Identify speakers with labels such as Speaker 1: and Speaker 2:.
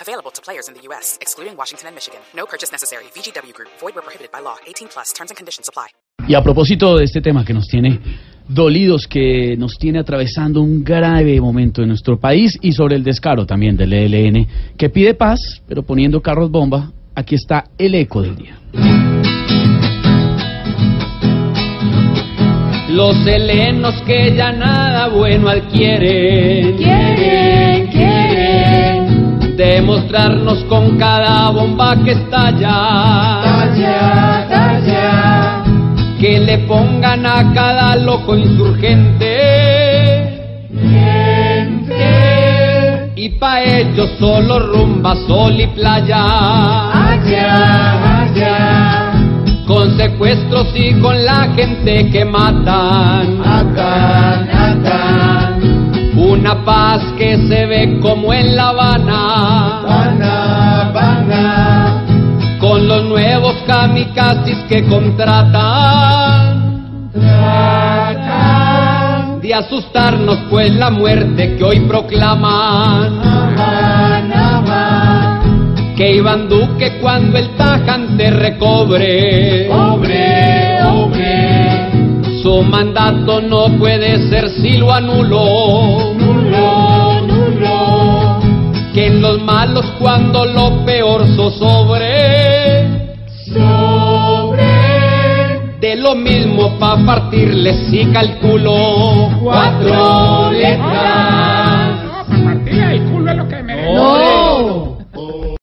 Speaker 1: Available to players in the U.S., excluding Washington and Michigan. No purchase necessary. VGW Group, void were prohibited by law. 18 plus terms and conditions apply.
Speaker 2: Y a propósito de este tema que nos tiene dolidos, que nos tiene atravesando un grave momento en nuestro país y sobre el descaro también del ELN, que pide paz, pero poniendo carros bomba, aquí está el eco del día.
Speaker 3: Los helenos que ya nada bueno adquieren.
Speaker 4: Quieren, quieren
Speaker 3: Demostrarnos con cada bomba que estalla.
Speaker 4: Talla, talla
Speaker 3: Que le pongan a cada loco insurgente. Y pa' ellos solo rumba, sol y playa.
Speaker 4: Allá, allá
Speaker 3: Con secuestros y con la gente que matan.
Speaker 4: Acá, acá
Speaker 3: Una paz que se ve como en La Habana,
Speaker 4: Pana, pana
Speaker 3: con los nuevos kamikazes que contratan
Speaker 4: Tratan
Speaker 3: de asustarnos, pues la muerte que hoy proclaman.
Speaker 4: Panamá
Speaker 3: Que Iván Duque cuando el tajante recobre
Speaker 4: Hombre, hombre
Speaker 3: su mandato no puede ser si lo anuló.
Speaker 4: Nulo, nulo
Speaker 3: Que en los malos cuando lo peor zozobre
Speaker 4: Sobre
Speaker 3: De lo mismo pa' partirles y calculo
Speaker 4: Cuatro,